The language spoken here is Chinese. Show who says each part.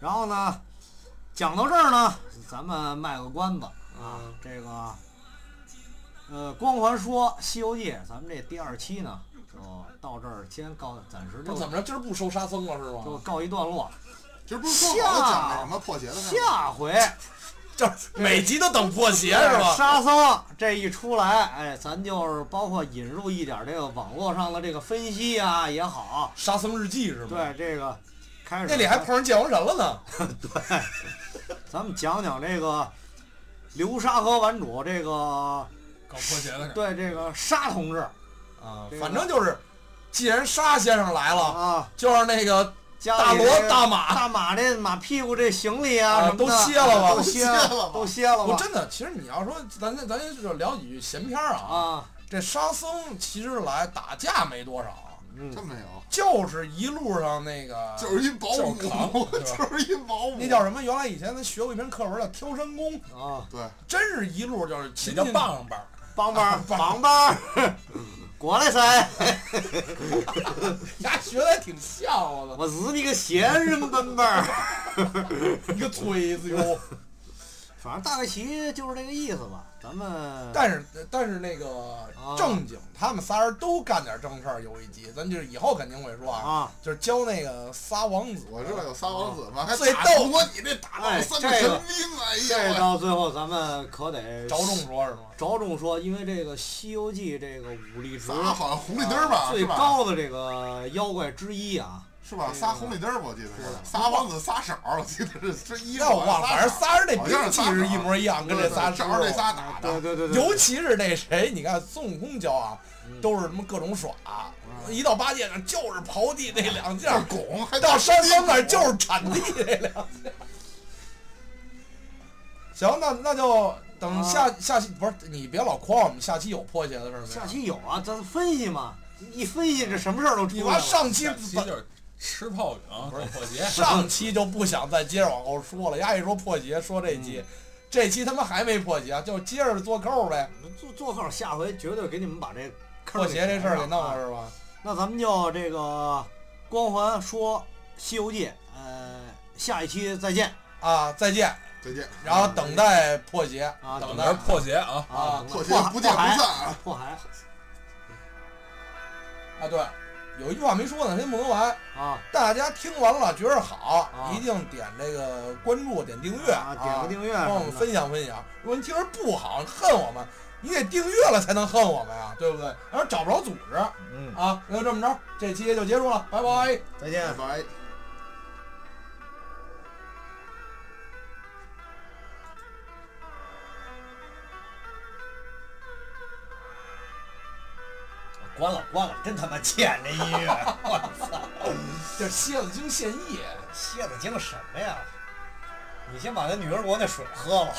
Speaker 1: 然后呢，讲到这儿呢，咱们卖个关子啊
Speaker 2: 嗯，
Speaker 1: 这个，呃，光环说《西游记》，咱们这第二期呢，就到这儿，先告暂时
Speaker 2: 不
Speaker 1: 就
Speaker 2: 怎么着，今儿不收沙僧了是
Speaker 1: 就
Speaker 2: 吗？
Speaker 1: 告一段落。
Speaker 3: 今儿不是说好了讲那什么破鞋的事儿吗？
Speaker 1: 下回
Speaker 2: 就是每集都等破鞋是吧？
Speaker 1: 沙僧这一出来，哎，咱就是包括引入一点这个网络上的这个分析啊也好，
Speaker 2: 沙僧日记是吗？，
Speaker 1: 对这个开始
Speaker 2: 那里还碰上界王神了呢。
Speaker 1: 咱们讲讲这个流沙河顽主这个
Speaker 2: 搞破鞋的事
Speaker 1: 对这个沙同志
Speaker 2: 啊
Speaker 1: 这，个
Speaker 2: 反正就是，既然沙先生来了，
Speaker 1: 啊，
Speaker 2: 就让那个
Speaker 1: 家
Speaker 2: 大
Speaker 1: 里
Speaker 2: 罗
Speaker 1: 这
Speaker 2: 大马，
Speaker 1: 大马这马屁股这行李啊
Speaker 2: 啊
Speaker 1: 什么的
Speaker 2: 都歇了吧
Speaker 1: 都歇
Speaker 3: 都歇了吧
Speaker 1: 都歇了
Speaker 2: 我
Speaker 1: 吧
Speaker 2: 真的，其实你要说咱咱咱就聊几句闲篇儿啊，
Speaker 1: 啊，
Speaker 2: 这沙僧其实来打架没多少，
Speaker 1: 嗯，
Speaker 3: 真没有，
Speaker 2: 就是一路上那个
Speaker 3: 就是一保
Speaker 2: 啊
Speaker 3: 姆，
Speaker 2: 就是扛是吧
Speaker 3: 就是一保姆。
Speaker 2: 那叫什么？原来以前咱学过一篇课文叫《挑山功》，
Speaker 1: 啊，
Speaker 3: 对，
Speaker 2: 真是一路就是勤
Speaker 4: 叫
Speaker 2: 勤
Speaker 4: 棒 棒，
Speaker 1: 帮帮
Speaker 2: 帮
Speaker 1: 帮帮， 过来噻，
Speaker 2: 你还学的还挺像我
Speaker 1: 我是你个闲人本本儿。
Speaker 2: 操，一个嘴子哟。
Speaker 1: 反正大概其就是这个意思吧。咱们
Speaker 2: 但是但是那个
Speaker 1: 啊
Speaker 2: 正经，他们仨人都干点正事儿。有一集，咱就是以后肯定会说啊，
Speaker 1: 啊，
Speaker 2: 就是教那个仨王子，
Speaker 3: 我知道有仨王子嘛，还
Speaker 2: 啊最
Speaker 3: 打
Speaker 2: 逗
Speaker 3: 不过你这打到三个
Speaker 1: 哎这
Speaker 3: 神
Speaker 1: 个
Speaker 3: 兵，哎
Speaker 1: 这
Speaker 3: 呀，
Speaker 1: 到最后咱们可得
Speaker 2: 着重说是吗？
Speaker 1: 着重说，因为这个《西游记》这个武力值
Speaker 3: 仨好像红绿灯儿
Speaker 2: 啊
Speaker 3: 吧，
Speaker 1: 最
Speaker 3: 是吧？
Speaker 1: 高的这个妖怪之一啊，
Speaker 3: 是吧？仨红绿灯儿吧，我记得
Speaker 1: 是
Speaker 3: 是仨王子仨手儿，我记得是啊这一
Speaker 2: 要我忘了，反正仨人那
Speaker 3: 好像
Speaker 2: 兵
Speaker 3: 是
Speaker 2: 器
Speaker 3: 仨
Speaker 2: 是
Speaker 3: 手
Speaker 2: 一模一样，跟这仨
Speaker 3: 正
Speaker 2: 师
Speaker 3: 好
Speaker 2: 傅
Speaker 3: 这仨打
Speaker 1: 啊对
Speaker 3: 的，
Speaker 1: 对对对，
Speaker 2: 尤其是那谁，你看孙悟空教啊，
Speaker 1: 嗯
Speaker 2: 都是他妈各种耍，
Speaker 3: 嗯
Speaker 2: 一到八戒那儿就是刨地那两
Speaker 3: 这
Speaker 2: 下
Speaker 3: 样，拱 还
Speaker 2: 到山
Speaker 3: 东
Speaker 2: 东那儿就是铲地那两下。行，那那就等下、下期不是你别老诓我们，下期有破鞋的事儿没有？
Speaker 1: 下期有啊，咱分析嘛，一分析这什么事儿都出
Speaker 2: 你
Speaker 1: 来
Speaker 2: 妈
Speaker 1: 了。
Speaker 2: 上期
Speaker 4: 下期就是吃泡饼，搞破鞋。
Speaker 2: 上期就不想再接着往后说了，丫一说破鞋，说这期。这期他妈还没破鞋，就接着做扣呗。
Speaker 1: 做做号，下回绝对给你们把这坑
Speaker 2: 破鞋这事儿给弄
Speaker 1: 了啊
Speaker 2: 了。是吧？
Speaker 1: 那咱们就这个光环说《西游记》，呃，下一期再见
Speaker 2: 啊，再见。
Speaker 3: 再见，
Speaker 2: 然后等待破解。
Speaker 1: 啊，
Speaker 4: 等
Speaker 1: 待
Speaker 4: 着破鞋啊！
Speaker 1: 啊，
Speaker 3: 破鞋
Speaker 1: 等待
Speaker 3: 不见不
Speaker 1: 海
Speaker 3: 散啊！
Speaker 1: 破海
Speaker 2: 啊，对，有一句话没说呢，先不能完。
Speaker 1: 啊，
Speaker 2: 大家听完了觉着好，
Speaker 1: 啊
Speaker 2: 一定点这个关注、点订阅
Speaker 1: 啊点个订阅
Speaker 2: 帮我
Speaker 1: 什
Speaker 2: 们
Speaker 1: 么的
Speaker 2: 分享分享。如果你听着不好，恨我们，你得订阅了才能恨我们呀，对不对？要是找不着组织
Speaker 1: 嗯，
Speaker 2: 啊，那就这么着，这期就结束了，拜拜。
Speaker 1: 再见
Speaker 3: 拜。拜。
Speaker 4: 关了关了，真他妈欠这音乐，
Speaker 2: 这是蝎子精献艺。
Speaker 4: 蝎子精什么呀？你先把那女儿国那水喝了。